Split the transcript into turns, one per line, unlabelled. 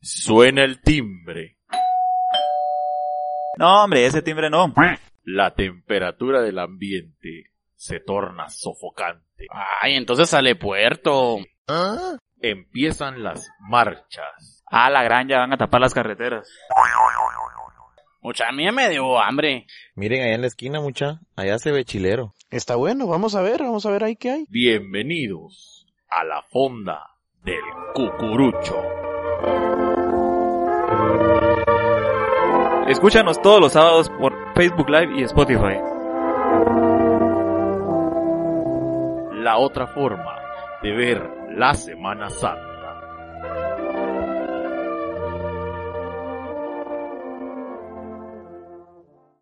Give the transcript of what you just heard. Suena el timbre.
No, hombre, ese timbre no.
La temperatura del ambiente se torna sofocante.
Ay, entonces sale puerto.
Empiezan las marchas.
Ah, la gran, ya van a tapar las carreteras.
Mucha mía me dio hambre.
Miren allá en la esquina, mucha. Allá se ve chilero.
Está bueno, vamos a ver, vamos a ver ahí qué hay.
Bienvenidos a la fonda del cucurucho.
Escúchanos todos los sábados por Facebook Live y Spotify.
La otra forma de ver la Semana Santa.